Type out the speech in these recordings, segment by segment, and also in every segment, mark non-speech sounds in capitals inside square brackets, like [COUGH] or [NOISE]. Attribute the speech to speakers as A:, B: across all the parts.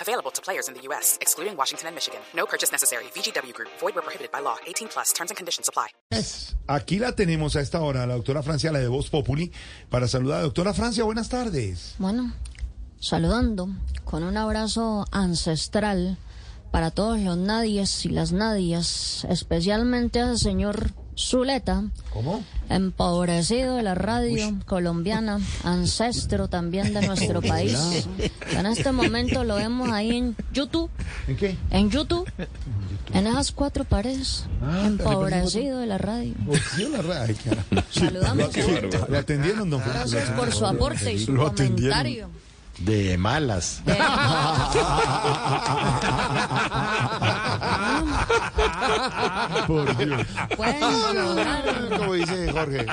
A: Available to players in the U.S., excluding Washington and Michigan. No purchase necessary. VGW Group, void were prohibited by law. 18 plus terms and conditions apply.
B: Es- Aquí la tenemos a esta hora, la doctora Francia, la de Voz Populi, para saludar. Doctora Francia, buenas tardes.
C: Bueno, saludando con un abrazo ancestral para todos los nadies y las nadias, especialmente al señor Zuleta,
B: ¿Cómo?
C: empobrecido de la radio colombiana, ancestro también de nuestro país. En este momento lo vemos ahí en YouTube,
B: ¿En qué?
C: en YouTube, en esas cuatro paredes,
B: Ah,
C: empobrecido de la radio.
B: Yo la Oh, ra- ay, cara.
C: Saludamos
B: Sí, ¿Le atendieron, don Francisco?
C: gracias por su aporte y su
B: Lo atendieron.
C: comentario.
D: De malas.
B: [LAUGHS]
C: Eh.
B: [LAUGHS] Por Dios.
C: Pueden
B: [LAUGHS]
C: donar.
D: Como dice Jorge.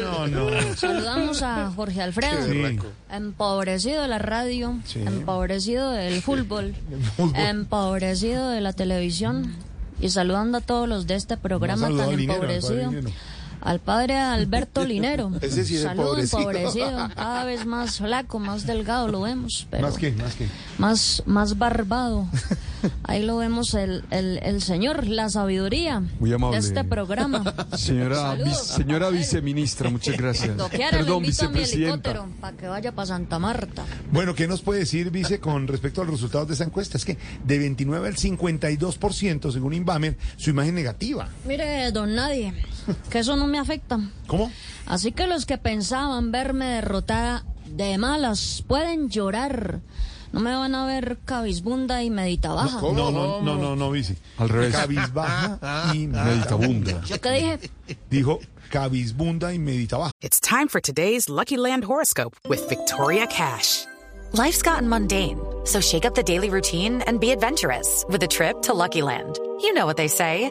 B: No, no.
C: Saludamos a Jorge Alfredo,
B: Sí.
C: empobrecido de la radio, empobrecido
B: [LAUGHS]
C: del fútbol,
B: fútbol.
C: empobrecido de la televisión y saludando a todos los de este programa
B: No ha saludado
C: tan
B: Linero, al padre
C: empobrecido.
B: Linero.
C: Al
B: [LAUGHS]
C: padre Alberto Linero.
D: Ese sí es
C: Saludo
D: empobrecido.
C: empobrecido, cada vez más flaco, más delgado lo vemos, pero
B: Más que, más que.
C: más, más barbado. Ahí lo vemos el, el, el señor, la sabiduría
E: Muy amable.
C: de
B: [LAUGHS]
C: este programa.
E: Señora,
C: Saludos.
E: vice- señora viceministra, muchas gracias.
C: Lo quiera, lo
E: Perdón,
C: invito a mi
E: vicepresidenta.
C: helicóptero para que vaya para Santa Marta.
B: Bueno, ¿qué nos puede decir, vice, con respecto a los resultados de esa encuesta? Es que de 29 al 52%, según Inbamer, su imagen negativa.
C: Mire, don Nadie, que eso no me afecta.
B: ¿Cómo?
C: Así que los que pensaban verme derrotada de malas pueden llorar. No me van a ver cabizbunda y meditabaja.
B: No, no, no, no, no, vice.
E: Al revés.
C: Ah,
B: Cabizbaja y
E: Meditabunda.
C: ¿Yo qué dije?
B: Dijo cabizbunda y meditabaja.
A: It's time for today's Lucky Land horoscope with Victoria Cash.
F: Life's gotten mundane, so shake up the daily routine and be adventurous with a trip to Lucky Land. You know what they say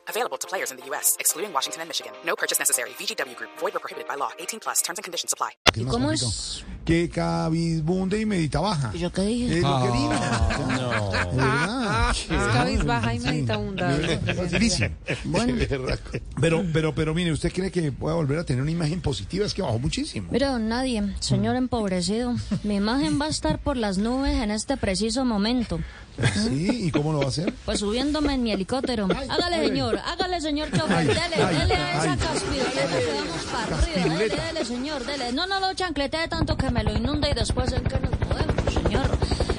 A: Available to players in the U.S., excluding Washington and Michigan. No purchase necessary. VGW Group, void were prohibited by law. 18 plus terms and conditions apply.
B: ¿Qué más
C: cómo
B: complicado? Eh.
C: es?
B: Que cabizbunda y medita baja.
C: ¿Y ¿Yo qué dije?
B: Es
E: Ah.
B: lo que digo. No.
C: Ah,
G: Cabizbaja y meditabunda.
B: Facilísimo.
C: Bueno,
B: Pero, pero, pero mire, ¿usted cree que pueda volver a tener una imagen positiva? Es que bajó muchísimo.
C: mire, don Nadie, señor
B: Mm.
C: empobrecido, mi imagen va a estar por las nubes en este preciso momento.
B: ¿Sí? ¿Y cómo lo va a hacer?
C: Pues subiéndome en mi helicóptero. Hágale, señor, hágale, señor chofer. Dele, dele a esa caspiruleta que vamos para arriba. Dele, dele, señor, dele. No, no lo chancletee tanto que me lo inunda y después en que nos podemos, señor.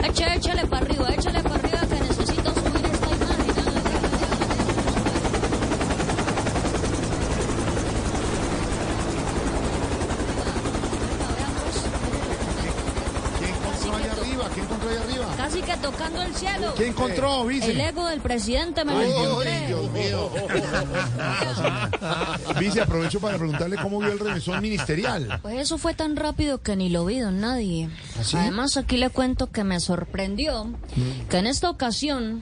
C: Eche, échale para arriba, échale para arriba que necesito subir esta imagen. Hágale, hágale, hágale.
B: ¿Qué encontró allá arriba? ¿Qué encontró allá arriba?
C: Casi que tocando el cielo.
B: ¿Qué encontró,
C: El
B: vice?
C: ego del presidente me lo encontré.
B: Vice, aprovecho para preguntarle cómo vio el remesón ministerial.
C: Pues eso fue tan rápido que ni lo vi, don nadie.
B: ¿Ah, sí? Mm.
C: Además, aquí le cuento que me sorprendió que en esta ocasión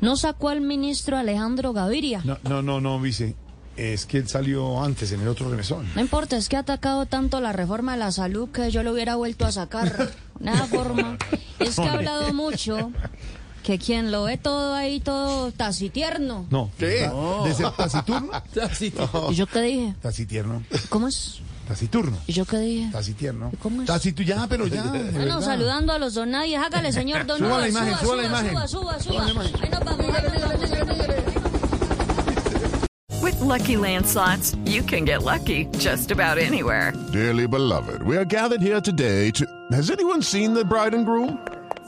C: no sacó al ministro Alejandro Gaviria. No.
B: No, no, no, no, vice. Es que él salió antes en el otro remesón.
C: importa, es que ha atacado tanto la reforma de la salud que yo lo hubiera vuelto
B: [LAUGHS]
C: a sacar. Nada forma. Es que ha hablado mucho que quien lo ve todo ahí, todo tacitierno.
B: No. ¿Qué? ¿De ser taciturno?
C: ¿Y yo qué dije?
B: Tacitierno.
C: ¿Cómo es?
B: Taciturno.
C: ¿Y yo qué dije?
B: Tacitierno.
C: ¿Cómo es? Ah,
B: Tacitu- ya, pero ya. de
C: Bueno,
B: verdad.
C: saludando a los don nadie.
B: [LAUGHS]
C: Hágale, señor don
B: Suba la
C: Nadie,
B: imagen, suba la imagen.
C: suba, suba, suba, suba. Ahí nos vamos, ahí nos vamos, ahí nos vamos.
H: With Lucky Land slots, you can get lucky just about anywhere.
D: Dearly beloved, we are gathered here today to. Has anyone seen the bride and groom?